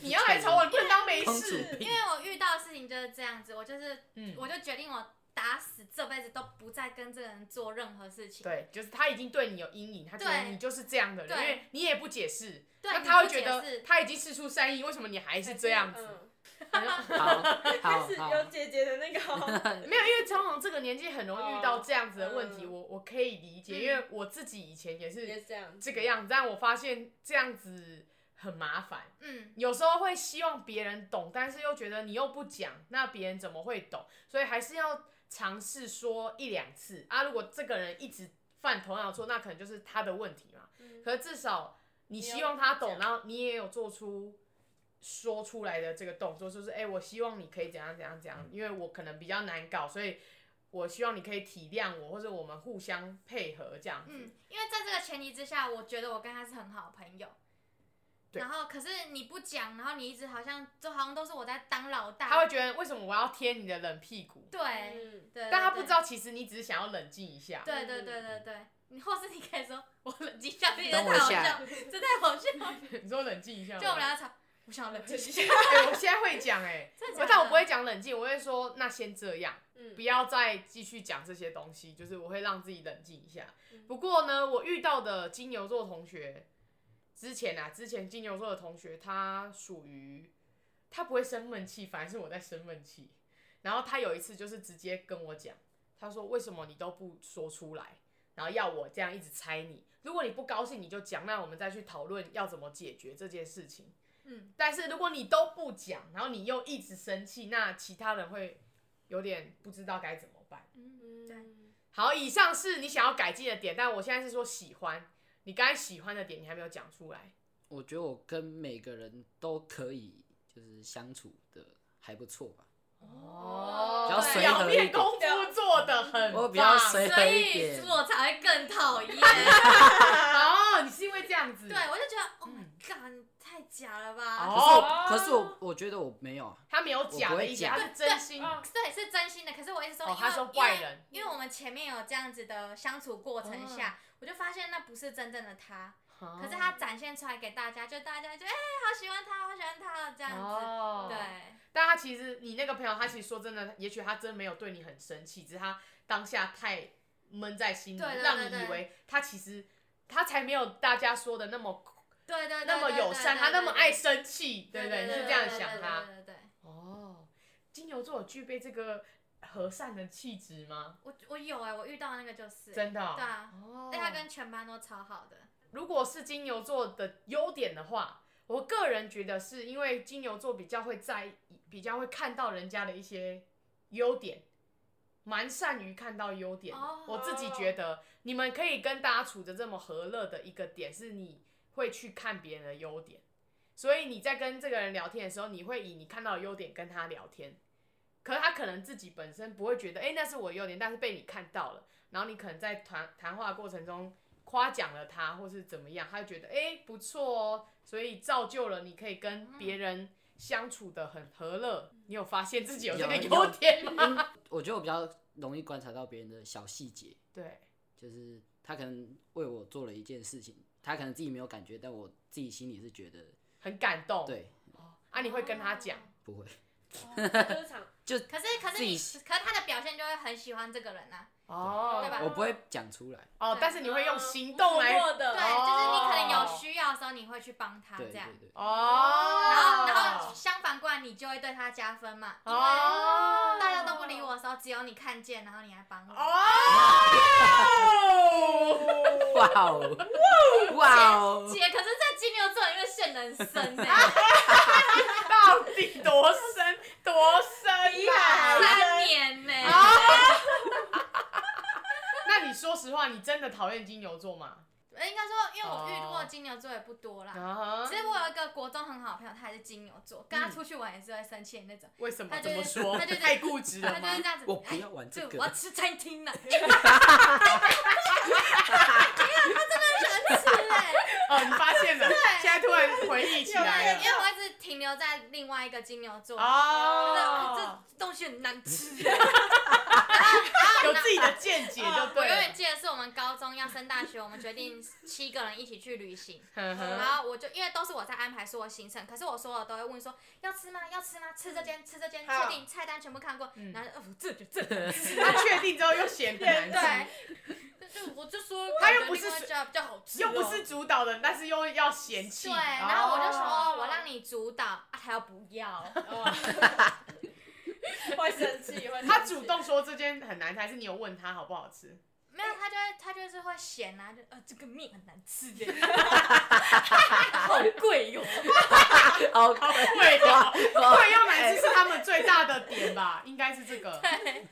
你要来吵我，你不能当没
公主
事。
病
因。为我遇到的事情就是这样子，我就是、
嗯
我就决定我打死这辈子都不再跟这个人做任何事情，
对，就是他已经对你有阴影，他觉得
对
你就是这样的人，
对
因为你也不解释，
对
那
你
他会
不
觉
解
得
释
他已经事出善意，为什么你还是这样子？
嗯
好，
开
好，
始有
好，
姐姐的那个 哦
没有，因为通常这个年纪很容易遇到
哦
这样子的问题，
嗯
我我可以理解，因
嗯
为我自己以前也
也
是
是这样，
这个样子，但我发现这样子很麻烦。
嗯，
有时候会希望别人懂，但是又觉得你又不讲，那别人怎么会懂？所以还是要尝试说一两次啊。如果这个人一直犯同样的错，那可能就是他的问题嘛。
嗯
可是至少你
有
希望他懂，
讲
然后你也有做出说出来的这个动作，就是哎、我希望你可以怎样怎样怎样，因为我可能比较难搞，所以我希望你可以体谅我，或者我们互相配合这样子。
嗯，因为在这个前提之下，我觉得我跟他是很好的朋友。
对
然后可是你不讲，然后你一直好像就好像都是我在当老大。
他会觉得为什么我要贴你的冷屁股？
对、
嗯
对，
但他
对
不知。道，其实你只是想要冷静一下。
对对对对对，你或是你可以说我冷静一下，这太
等我一
好
下
笑，这太好笑了。
你说冷静一下吗。
就我们俩吵，我想冷静一 下。
哎我现在会讲哎、
真的假
我
的
但我不会讲冷静，我会说那先这样，
嗯
不要再继续讲这些东西，就是我会让自己冷静一下。不过呢，我遇到的金牛座同学，之前啊，之前金牛座的同学，他属于他不会生闷气，反而是我在生闷气。然后他有一次就是直接跟我讲，他说为什么你都不说出来，然后要我这样一直猜你，如果你不高兴你就讲，那我们再去讨论要怎么解决这件事情。
嗯，
但是如果你都不讲，然后你又一直生气，那其他人会有点不知道该怎么办。
嗯，对，
嗯
好，以上是你想要改进的点，但我现在是说喜欢，你刚才喜欢的点你还没有讲出来。
我觉得我跟每个人都可以，就是相处的还不错吧。
哦
比较随
表
和一
面
点
功夫做的很
我比较
棒
随
所
和一
以
点，
我才会更 讨厌。
哦，你是因为这样子，
对，我就觉得，Oh my god，你太假了吧！
哦
可是我我觉得我没有啊，
他没有假
我
的
不会
一些，
讲
他是真心。
啊
对，是真心的。可是我一直说，
哦
因为
他说怪人
因为，因为我们前面有这样子的相处过程下，我就发现那不是真正的他。嗯可是他展现出来给大家，就大家就哎、好喜欢他，好喜欢他这样子。
哦
对，
但他其实你那个朋友，他其实说真的，也许他真没有对你很生气，只是他当下太闷在心里，
对对
让
对
你
对
以为他其实他才没有大家说的那么
对对对，
那么
对对
友善，
对
他那
对
么
对
爱生气，对不
对对
对？你
对
是
对
这样
对
想
对
他
对。对对对，
哦，金牛座有具备这个和善的气质吗？
我我有哎、我遇到那个就是，
真的哦、
对啊
哦
但他跟全班都超好的。
如果是金牛座的优点的话，我个人觉得是因为金牛座比较会在意，比较会看到人家的一些优点，蛮善于看到优点的。
哦
我自己觉得，你们可以跟大家处的这么和乐的一个点是，你会去看别人的优点，所以你在跟这个人聊天的时候，你会以你看到的优点跟他聊天。可是他可能自己本身不会觉得，哎、那是我的优点，但是被你看到了，然后你可能在谈谈话过程中夸奖了他，或是怎么样，他就觉得哎、诶不错哦，所以造就了你可以跟别人相处的很和乐。你有发现自己有这个
有
优 点吗？
我觉得我比较容易观察到别人的小细节，
对，
就是他可能为我做了一件事情，他可能自己没有感觉，但我自己心里是觉得
很感动。，
对，
啊，你会跟他讲，
不会，
就是场
就
可是可是你，
自
可是他的表现就会很喜欢这个人呐、对吧
哦
我不会讲出来，
哦，
对
但是 你会用行动来
默默地
对，就是你可能有需要的时候，你会去帮他
对
啊这
对
样。
对，
哦，
然后，然后相反过来，你就会对他加分嘛。因为
哦，
大家都不理我的时候，只有你看见，然后你来帮我。
哦。
哇哦，哇哦，
姐，可是，在金牛座里面陷人深欸呢、
到底多深多深啊！
三年呢、
哦
那你说实话，你真的讨厌金牛座吗？
应该说，因为我遇过金牛座也不多
哦
啦。
啊
其实我有一个国中很好的朋友，他也是金牛
嗯
座，跟他出去玩也是会生气的那种。
为什么？
他就
怎
是
么说？
他就
太固执
他
了
就
吗
是？这样子，
我不要玩
哎
这个
我要吃餐厅 了。 没有，他真的很喜欢吃哎、
哦，你发现了，现在突然回忆起来
对，
了
因。为我一直停留在另外一个金牛座，
哦
这，这东西很难吃。
有自己的见解就
我
对
永远
了。
记得是我们高中要升大学，我们决定七个人一起去旅 行，
呵
然
呵
后我就因为都是我在安排所有行程，可是我所有都会问说要吃吗？要吃吗？吃这间，吃这间，
好
确定菜单全部看过，
嗯
然后就哦，这就 这个，
他确定之后又显得难吃，
对，就就我就说
他又不是
感觉另外一家比较好吃，哦
又不是主导人，但是又要嫌弃。
对，然后我就说、
哦
哦我让你主导，啊，他又不要，
会生气，会生气
他主动说这间很难吃，还是你有问他好不好吃？
没有，他就会他就是会嫌啊，就呃这个面很难吃耶，好贵 哟、
好
好贵哦，
哇
贵又难吃是他们最大的点
哎
吧？应该是这个。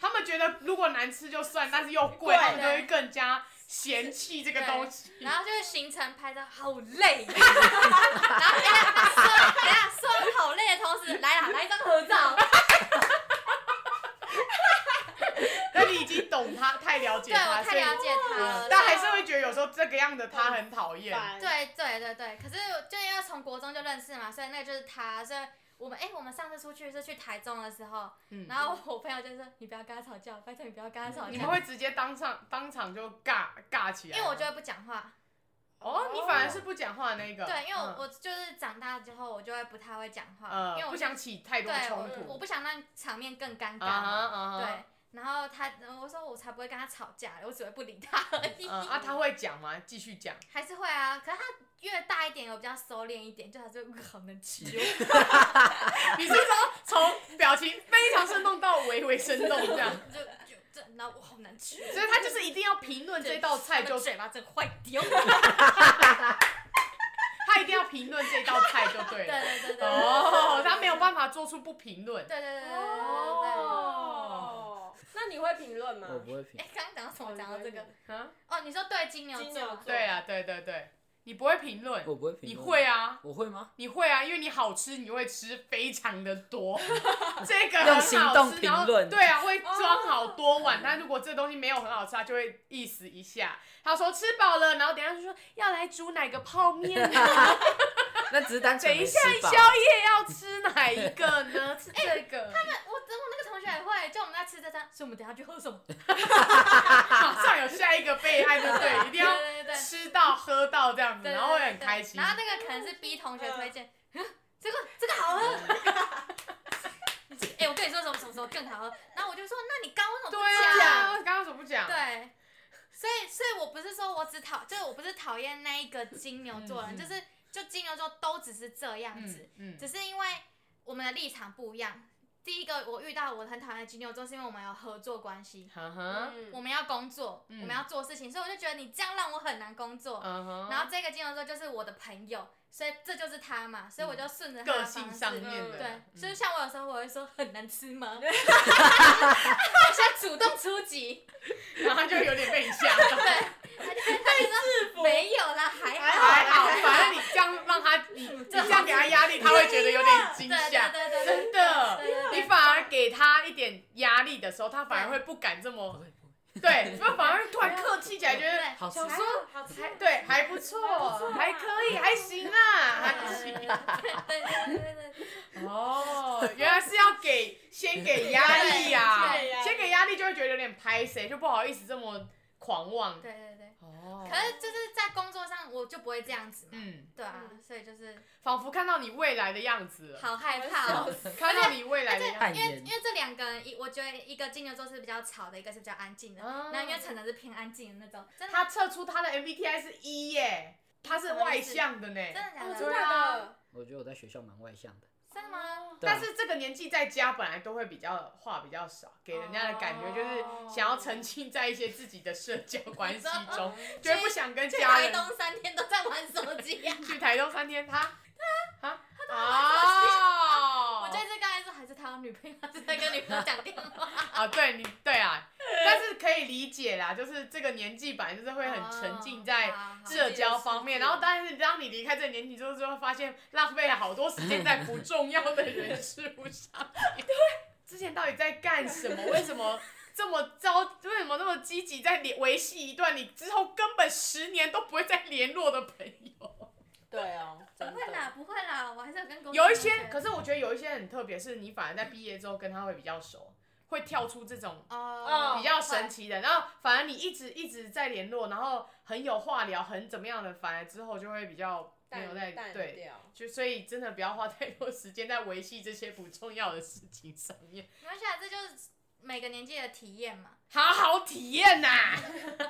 他们觉得如果难吃就算，但是又贵，
贵
他们就会更加嫌弃这个东西。
然后就是行程拍照好 累， 然后等一下说等一下说好累的同时，来啦来一张合照，
但你已经懂他，太了解
对我
他，
太
所以嗯
了啊解他了，
但还是会觉得有时候这个样的他很讨厌。
烦，
对对对对，可是就因为从国中就认识嘛，所以那个就是他，所以我们哎、我们上次出去是去台中的时候，
嗯
然后我朋友就说你不要跟他吵架，拜托你不要跟他吵
你
架
们，会直接当场当场就尬尬起来
因
吗，
为我就会不讲话，
哦，你反而是不讲话的那个，
对，因为我
嗯
我就是长大之后我就会不太会讲话，
呃
因为我
不
就
想起太多
对
冲
我
突
我不想让场面更尴尬
啊哈
嘛，
啊哈，
对，然后他我说我才不会跟他吵架，我只会不理他而已，
嗯啊，他会讲吗？继续讲，
还是会啊，可是他越大一点有比较收敛一点，就还是会好能吃哦。
你是说从表情非常生动到微微生动这 样？
就就这，然后我好难吃，
所以他就是一定要评论这道菜，就
嘴巴真坏掉。
他一定要评论这道菜就对
对
了。
对对对。
哦，他没有办法做出不评论。
对对对对对对对。
哦，那你会评论吗？
我不会评
哎，刚刚讲到什么？讲到这个
啊，
哦，你说对金牛
金
座
牛
啊，
座
对啊，对对对，你不会评论，
我不会评。
你会？啊，
我会吗？
你会啊，因为你好吃，你会吃非常的多， 这个
用
很
行
好
动
吃，
评
然后
论
对啊，会装好多碗。但如果这东西没有很好吃，他就会意思一下，他说吃饱了，然后等一下就说要来煮哪个泡面 啊，
那只是单纯
等一
没吃
下
饱
宵。夜要吃哪一个 呢？吃这个，
那我等我那个同学也会，就我们在吃这餐，所以我们等一下去喝什么？
马上有下一个备案，对不 对？一定要
对对对
吃到喝到这样子，
对，
然后会很开心
然。后那个可能是 B 同学推荐，嗯这个这个好喝。 哎，我跟你说什么什么什么更好喝，然后我就说，那你刚刚为什么不
对
讲？
啊，刚刚怎么不讲？
对，所以所以我不是说我只讨，就是我不是讨厌那一个金牛座人，
嗯嗯
就是就金牛座都只是这样子，
嗯
只是因为我们的立场不一样。第一个我遇到我很讨厌的金牛座，是因为我们有合作关系，
嗯哼，
嗯
我们要工作，
嗯
我们要做事情，所以我就觉得你这样让我很难工作。
嗯哼，
然后这个金牛座就是我的朋友，所以这就是他嘛，所以我就顺着他
个
的方
性
式。
上面的，
嗯
对，
嗯
就是像我有时候我会说很难吃吗？我先主动出击，
然后他就有点被你吓到。
对，他就他就说没有啦，还 好
还好，反正你这样让他，你你这样给他压力，他会觉得有点惊
对对
吓。
对对对
真的
对对，对
你反而给他一点压力的时候，他反而会不敢这么，对，他反而突然客气起来，觉得
好吃
想说
好吃
还对还不错，啊还可以，还行 啊，还不
对对对
行。
对对对对，
哦，原来是要给先给压力 啊
对对，
先给压力就会觉得有点拍谁，就不好意思这么狂妄。
对对对。
哦，
可是就是在工作上我就不会这样子嘛，
嗯，
对啊，
嗯
所以就是
仿佛看到你未来的样子了，
好害怕哦。
看到你未来的样
汗
因为
颜
因，为这两个人，一我觉得一个金牛座是比较吵的，一个是比较安静的。
子。
那因为晨晨是偏安静的那种，真的
他测出哦他的 MBTI 是 E 耶，他是外向的呢。
真的假
哦
的？
真的假的？
我觉得我在学校蛮外向的。
真的吗？
对啊
但是这个年纪在家本来都会比较话比较少，给人家的感觉就是
哦
想要沉浸在一些自己的社交关系
哦
中，绝对不想跟
去
家
台
人
东三天都在玩手机啊 呀、
去台东三天，他啊啊！
我觉得这刚才说还是他有女朋友，还是在跟女朋友讲电话。
啊，对你对啊，但是可以理解啦，就是这个年纪本来 就是会很沉浸在
哦好好
社交方面，
自己的世界
然后但是当你离开这个年纪之后，就会发现浪费了好多时间在不重要的人事物上面。对，之前到底在干什么？为什么？这么糟，为什么那么积极在联维系一段你之后根本十年都不会再联络的朋 友？
对哦，真
不会
的。
啦，不会啦，我还是有跟公司
有一些
同，学
可是我觉得有一些很特别，是你反而在毕业之后跟他会比较熟，会跳出这种
哦
比较神奇的。然后反而你一直一直在联络，然后很有话聊，很怎么样的，反而之后就会比较没有在
淡淡
对。
掉。
就所以真的不要花太多时间在维系这些不重要的事情上面，
没关系啊，这就是每个年纪的体验嘛。
好好体验呐、 真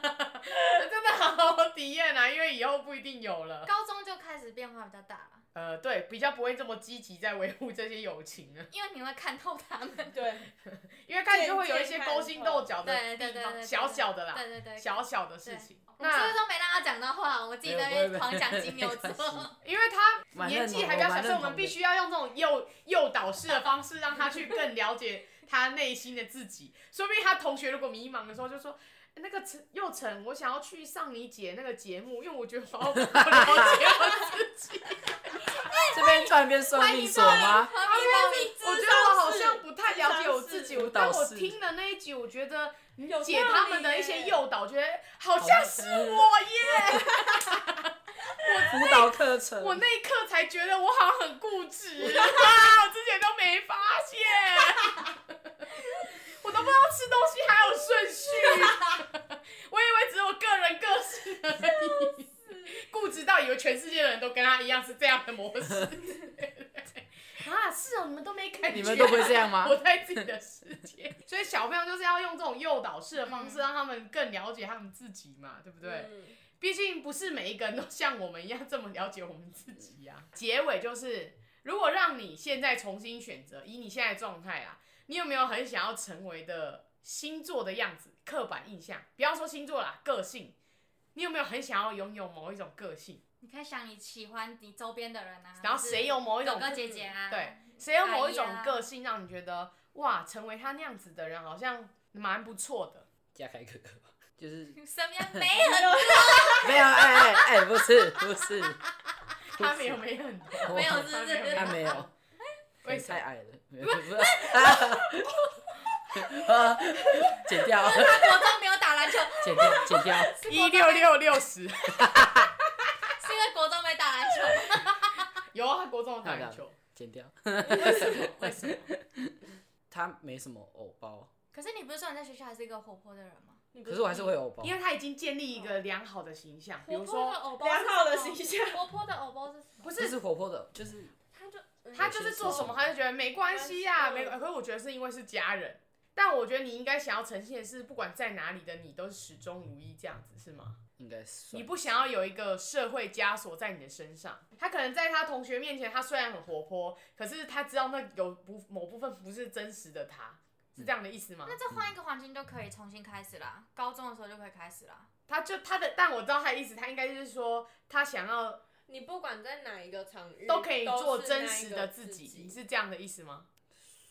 的好好体验呐、因为以后不一定有了。
高中就开始变化比较大了，
呃，对，比较不会这么积极在维护这些友情了，
因为你会看透他们。对
对，
因为开始就会有一些勾心斗角的
对对
哦地
对
方，
对，
小小的啦，
对对对，
小小的
对
事情。
我们是不是
那
都没让他讲到话？我自己在那边狂讲金牛
没有没 有没
座。
因为他年纪还比较小，所以我们必须要用这种诱诱导式的方式， 让他去更了解他内心的自己。说不定他同学如果迷茫的时候，就说：“那个陈佑成，我想要去上你姐那个节目，因为我觉得好好了解我自 己。
这边突然变算命所吗？
我觉得我好像不太了解我自己。我
辅导
当我
室
听了那一集，我觉得你
有
姐
道
他
理
们的一些
耶
诱导，觉得好像是我耶。
辅导课程，
我那一刻才觉得我好像很固 执，啊，我之前都没发现，我都不知道吃东西还有顺序，我以为只有我个人个性而已，固执到以为全世界的人都跟他一样是这样的模式。 啊，是哦，你们都没感觉，
你们都不会这样吗
我在自己的世界，啊 嗯所以小朋友就是要用这种诱导式的方式，让他们更了解他们自己嘛，对不对？
嗯
毕竟不是每一个人都像我们一样这么了解我们自己 呀、结尾就是，如果让你现在重新选择，以你现在的状态啦，你有没有很想要成为的星座的样子？刻板印象，不要说星座啦，个性，你有没有很想要拥有某一种个性？
你可以想你喜欢你周边的人啊，
然后谁有某一种
哥哥姐姐啊？
对，谁有某一种
哎呀
个性让你觉得哇，成为他那样子的人好像蛮不错的？
加凯哥哥吧，就是
身边 没很
没有，哎哎哎，不是不是，
他没有没有很 多，
没有是不是
他没有
他 没有，哎
为什
太
么？
矮了，没有不是， 啊剪掉
多，国中没有打篮球，
剪掉剪掉，
一六六六十。
是因为国中没打篮球。
有啊，他国中有打篮球，
剪掉，
为什么？ 为 什么？
他没什么偶包，
可是你不是说你在学校还是一个活泼的人吗？
可是我还是会偶包，
因为他已经建立一个良好的形象，比如
活泼的
说，
偶包是
良好的
什么
形象，
活泼的偶包是什么？
不
就是是活泼的，就是
他就
他就是做什么他就觉得没关系呀、
嗯
没关。可是我觉得是因为是家人，但我觉得你应该想要呈现的是，不管在哪里的你都是始终如一这样子，是吗？
应该是
你不想要有一个社会枷锁在你的身上。他可能在他同学面前，他虽然很活泼，可是他知道那有不某部分不是真实的他，是这样的意思吗？
那这换一个环境就可以重新开始啦，高中的时候就可以开始啦。
他就他的，但我知道他的意思，他应该就是说他想要
你不管在哪一个场域
嗯都可以做
是
真
那
实
一个
的
自
自己，你是这样的意思吗？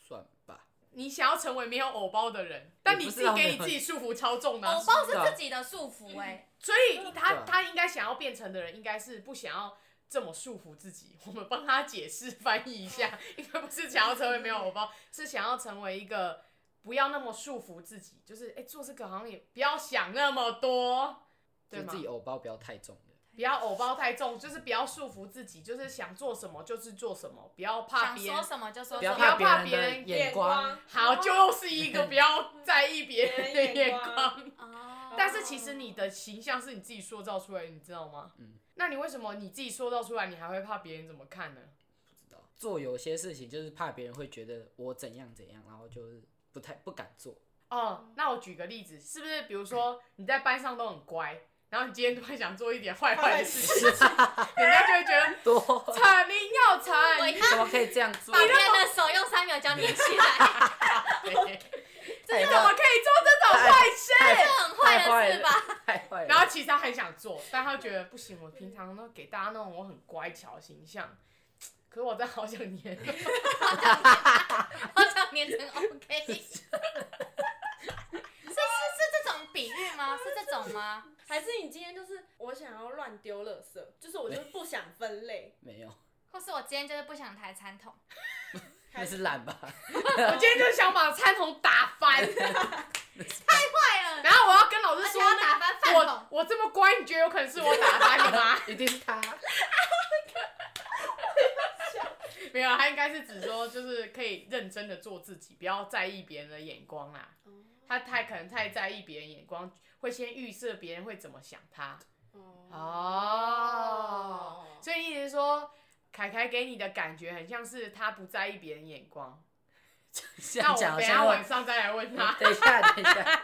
算吧，
你想要成为没有偶包的人，但你自己给你自己束缚超重的啊、
偶包是自己的束缚哎，
所以他
对啊
他应该想要变成的人，应该是不想要这么束缚自己。 我们帮他解释翻译一 下，应该不是想要成为没有偶包，是想要成为一个不要那么束缚自己，就是哎、诶做这个好像也不要想那么多，
就
对
是
吗
自己？偶包不要太重的，
不要偶包太重，就是不要束缚自己，就是想做什么就是做什么，不要怕
想
别人
说什么就说
不
什
要
嗯不要
怕
么。
别
怕
人
别
的
人
眼光，
光
好，就是一 个不要在意别人的
别人
眼
眼
光
光。
哦
但是其实你的形象是你自己塑造出来的，你知道吗？
嗯
那你为什么你自己塑造出来，你还会怕别人怎么看呢？
做有些事情就是怕别人会觉得我怎样怎样，然后就是不太不敢做，
哦，那我举个例子，是不是？比如说你在班上都很乖，然后你今天突然想做一点坏坏的事情，人家就会觉得
多
惨林要惨，
我
怎么可以这样做
把？别人的手用三秒胶粘起 来，
太
怎么可以做这种坏事？
太
这很坏的事吧？
太坏了，
然后其实他很想做，但他觉得不行，我平常都给大家那种我很乖巧的形象，可是我真的好想粘。
我想 粘成 OK。是是是这种比喻吗？是这种吗？
还是你今天就是我想要乱丢垃圾，就是我就是不想分类，
没有，
或是我今天就是不想抬餐桶，
那是懒吧？
我今天就想把餐桶打翻，
坏了，
然后我要跟老师
而且
说，
要打翻饭
我
桶。
我这么乖，你觉得有可啊能是我打 翻你吗？
一定是他，
没有，他应该是指说就是可以认真的做自己，不要在意别人的眼光啦。他太可能太在意别人眼光，会先预设别人会怎么想他。
哦
哦，所以意思是说，凯凯给你的感觉很像是他不在意别人眼光。
这
那
样
我
讲好
等一
像
下晚
我。
上再来问 他。
等一下，等一下，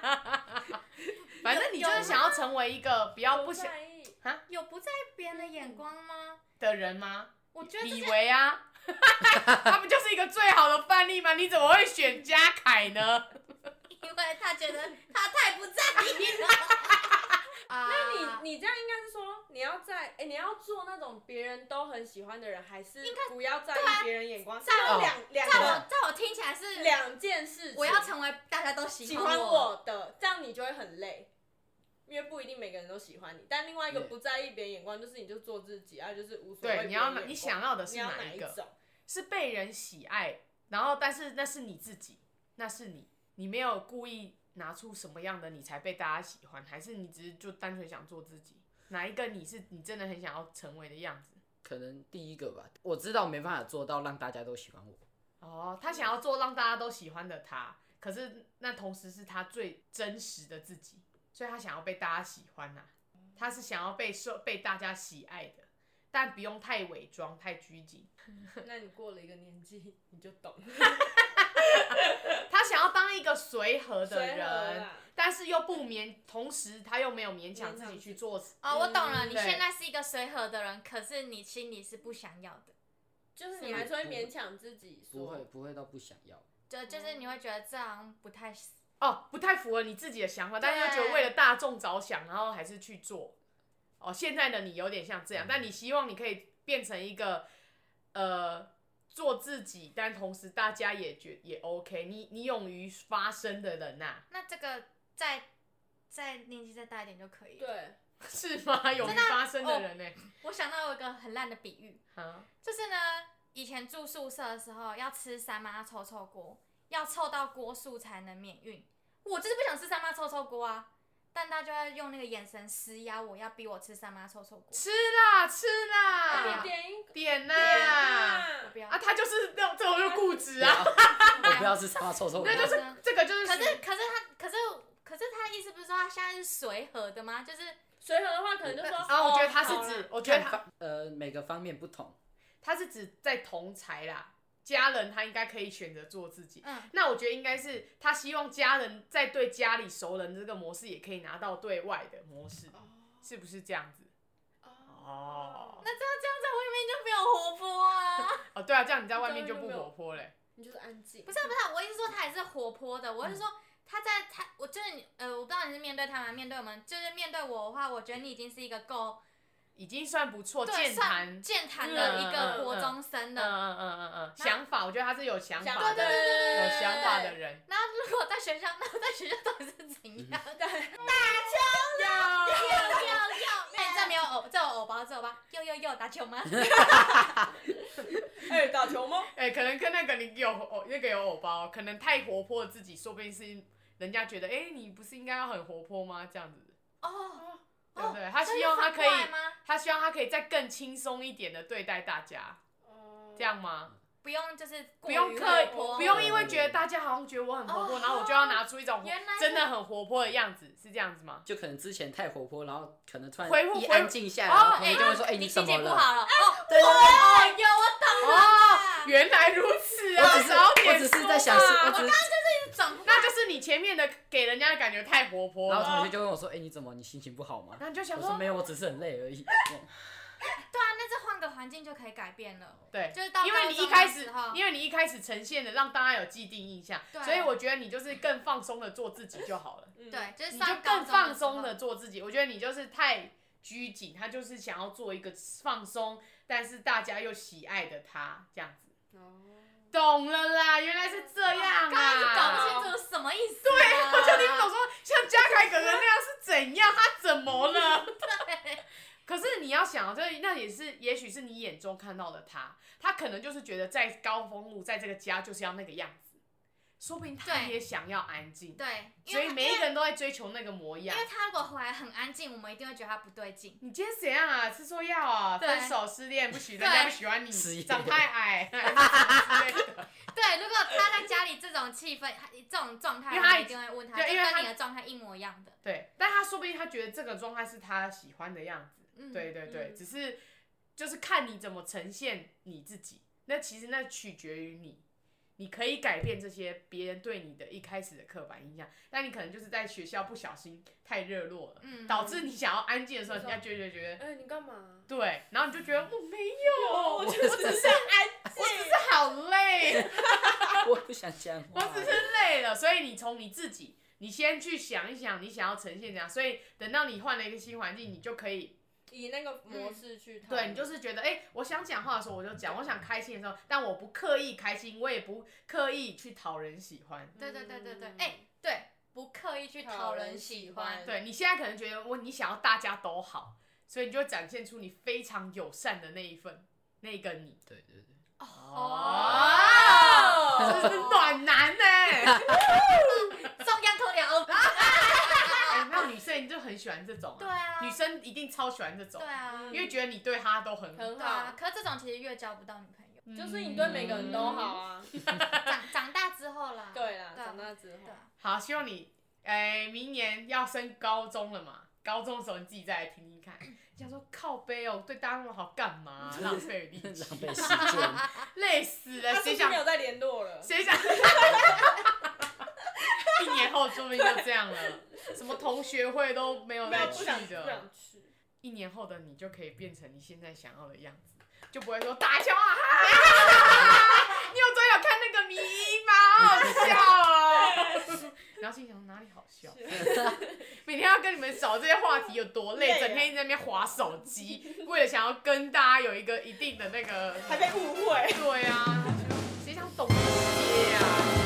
反正你就是想要成为一个比较不
不
想
在意，
有不在意别人的眼光吗？
的人吗？
我觉得这
李
件
维 啊，他不就是一个最好的范例吗？你怎么会选嘉凯呢？
因为他觉得他太 不在意了。 啊
那你你这样应该是说你要在哎、你要做那种别人都很喜欢的人，还是不要在
啊
意别人眼光？是有两两
在我
个
在我听起来是
两件事情，
我要成为大家都喜
喜欢
我。
我的，这样你就会很累。因为不一定每个人都喜欢你，但另外一个
Yeah
不在意别人眼光，就是你就做自己啊，就是无所谓别
对，
人
你
眼光。
要哪你想要的是
你要
哪
一
一
种
个？？是被人喜爱，然后但是那是你自己，那是你，你没有故意拿出什么样的你才被大家喜欢，还是你只是就单纯想做自己？哪一个你是你真的很想要成为的样子？
可能第一个吧，我知道没办法做到让大家都喜欢我，
哦，他想要做让大家都喜欢的他，可是那同时是他最真实的自己，所以他想要被大家喜欢呐、他是想要被受被大家喜爱的，但不用太伪装、太拘谨。
那你过了一个年纪，你就 懂。
他想要当一个随和的
随和
人
啦，
但是又不勉，同时他又没有勉强自己去做。
哦，我懂了，
嗯
你
对
现在是一个随和的人，可是你心里是不想要的，
就是
是
你
吗
还是会勉强自己说，
啊
不会不会到不想要。
就就是你会觉得这好像不太是
哦，不太符合你自己的想法，但是又觉得为了大众着想，然后还是去做。哦，现在的你有点像这样，但你希望你可以变成一个呃做自己，但同时大家也觉也 OK，你你勇于发声的人呐、
那这个再再年纪再大一点就可以了。
对，
是吗？勇于发声的人呢、
我想到有一个很烂的比喻，
啊，
就是呢，以前住宿舍的时候要吃三妈臭臭锅，要凑到锅数才能免运。我就是不想吃三妈臭臭锅啊，但他就要用那个眼神施压我，要逼我吃三妈臭臭锅。
吃啦吃
那你
啦，
点一
点呐、
点
啊。
我
啊
不，要，
啊，他就是那种这种就固执啊，
我不要吃沙拉臭臭锅
那，就是这个就是
啊可是可是他可是可是他的意思不是说他现在是随和的吗？就是
随和的话可能就说，
啊，我觉得他
哦
是指，，我觉得他
看方呃每个方面不同，
他是指在同才啦，家人他应该可以选择做自己。
嗯，
那我觉得应该是他希望家人在对家里熟人这个模式，也可以拿到对外的模式，
好啦
是不是这样子？
哦
哦，
那这样这样在外面就没有活泼啊。
哦，对啊，这样你在外面就不活泼嘞。
你就是安静，
不是、啊、不是、啊，我一直说他也是活泼的，我是说他在他我就是你呃，我不知道你是面对他吗？面对我们就是面对我的话，我觉得你已经是一个够
已经算不错，
对
健谈
算，健谈的一个
嗯
国中生
嗯
了。
嗯嗯嗯嗯，想法，我觉得他是有想
想
法
对
的，
对
有想法的人。
那如果在学校，那我在学校到底是怎样？
对对，
又又又，哎，这没有偶，这有偶包，这有偶包，又又又打 球吗？
哎、打球吗？
哎、可能跟那个你有偶那个有偶包，可能太活泼的自己，说不定是人家觉得，哎、你不是应该要很活泼吗？这样子，
哦，
对不对？
哦
他希望他可以
这是反过来吗，
他希望他可以再更轻松一点的对待大家，这样吗？
不用就是
不
过于
用刻意
活泼
不用因为觉得大家好像觉得我很活泼，
哦
然后我就要拿出一种
原来是
真的很活泼的样子，是这样子吗？
就可能之前太活泼，然后可能突然
回复
一
回
安静下来，
哦
然后朋友就会说：“哎、
你
怎
心
么
情不
了
好了？”哦，
对对对，
哦，有我懂了啦。
哦原来如此啊！
我只是
早
我
点
只
说
是在想是，我
嘛，
只是，
怎么
那就是你前面的给人家的感觉太活泼
然后
了，
同学就问我说：“哎、你怎么？你心情不好吗
然后你就？”想
我说：“没有，我只是很累而已。
对啊，那这换个环境就可以改变了。
对，
就是到
因为
高
你
中
一开
的
始
时候，
因为你一开始呈现的让大家有既定印象，
对啊
所以我觉得你就是更放松的做自己就好了，
嗯，
对，就是
你
上
就
高
更
中
放松
的
的
时
做自己。我觉得你就是太拘谨，他就是想要做一个放松，但是大家又喜爱的他这样子，
哦，
懂了啦，原来是这样
候，刚开始搞
啊！
不清楚什么意思。对啊，我
我就听不懂说像嘉凯哥哥那样是怎样，他怎么 了？可是你要想，啊就是那也是，也许是你眼中看到的他，他可能就是觉得在高峰路，在这个家就是要那个样子，说不定他
对
也想要安静，
对，因
所
为
以
他
每一个人都在追求那个模
因
样
为。因为他如果回来很安静，我们一定会觉得他不对劲。
你今天怎样啊？吃错药啊？
对
分手失恋不许
对
人家不喜欢你
失，业
长太矮，还是什么之类的
对，如果他在家里这种气氛、他这种状态，
因为他
我们
已
一定会问他，
对
就
因为他
跟你的状态一模一样的。
对，但他说不定他觉得这个状态是他喜欢的样子。
嗯
对对对，
嗯
只是就是看你怎么呈现你自己。那其实那取决于你，你可以改变这些别人对你的一开始的刻板印象，但你可能就是在学校不小心太热络了，
嗯
导致你想要安静的时候，
没
人
错
家觉得觉得
哎、你干嘛？
对，然后你就觉得我嗯没有，
我
哦我
觉得只是安
我只
静，
是好累，
我不想讲
我
话
只。是累了，所以你从你自己，你先去想一想你想要呈现怎样，所以等到你换了一个新环境，你就可以
以那个模式去讨
对
论、
你就是觉得，哎、我想讲话的时候我就讲，我想开心的时候，但我不刻意开心，我也不刻意去讨人喜欢。
对对对对对，
嗯
哎、对，不刻意去讨人喜欢。
讨人喜欢
对你现在可能觉得我你想要大家都好，所以你就会展现出你非常友善的那一份那个你。
对对对，
哦，这是暖男欸呢、
中央空调哦。
哎，没有女生就很喜欢这种、啊，
对啊
女生一定超喜欢这种，
对啊，
因为觉得你对她都很
很
对
好
啊，，可是这种其实越交不到女朋友。
就是你对每个人都好啊。
长长大之后啦。
对啦，
嗯对啊
长大之后
对，啊
好，希望你，哎、明年要升高中了嘛，高中的时候你自己再来听听 看。你想说靠背哦，对大家那么好干嘛？浪费力气，
浪费时间。
累死了，
嗯他
谁
是不是
想
没有再联络了？
谁想？ 一年后说不定就这样了，什么同学会都没有
没有
再
不
去
想不
的
想。去。
一年后的你就可以变成你现在想要的样子，就不会说打球啊！哈 你有昨天有看那个迷音吗？好好笑哦。 然后心想哪里好笑？每天要跟你们找这些话题有多累，
累啊
整天一直在那边划手机，为了想要跟大家有一个一定的那个，
还被误会。
对啊，谁想懂这些啊？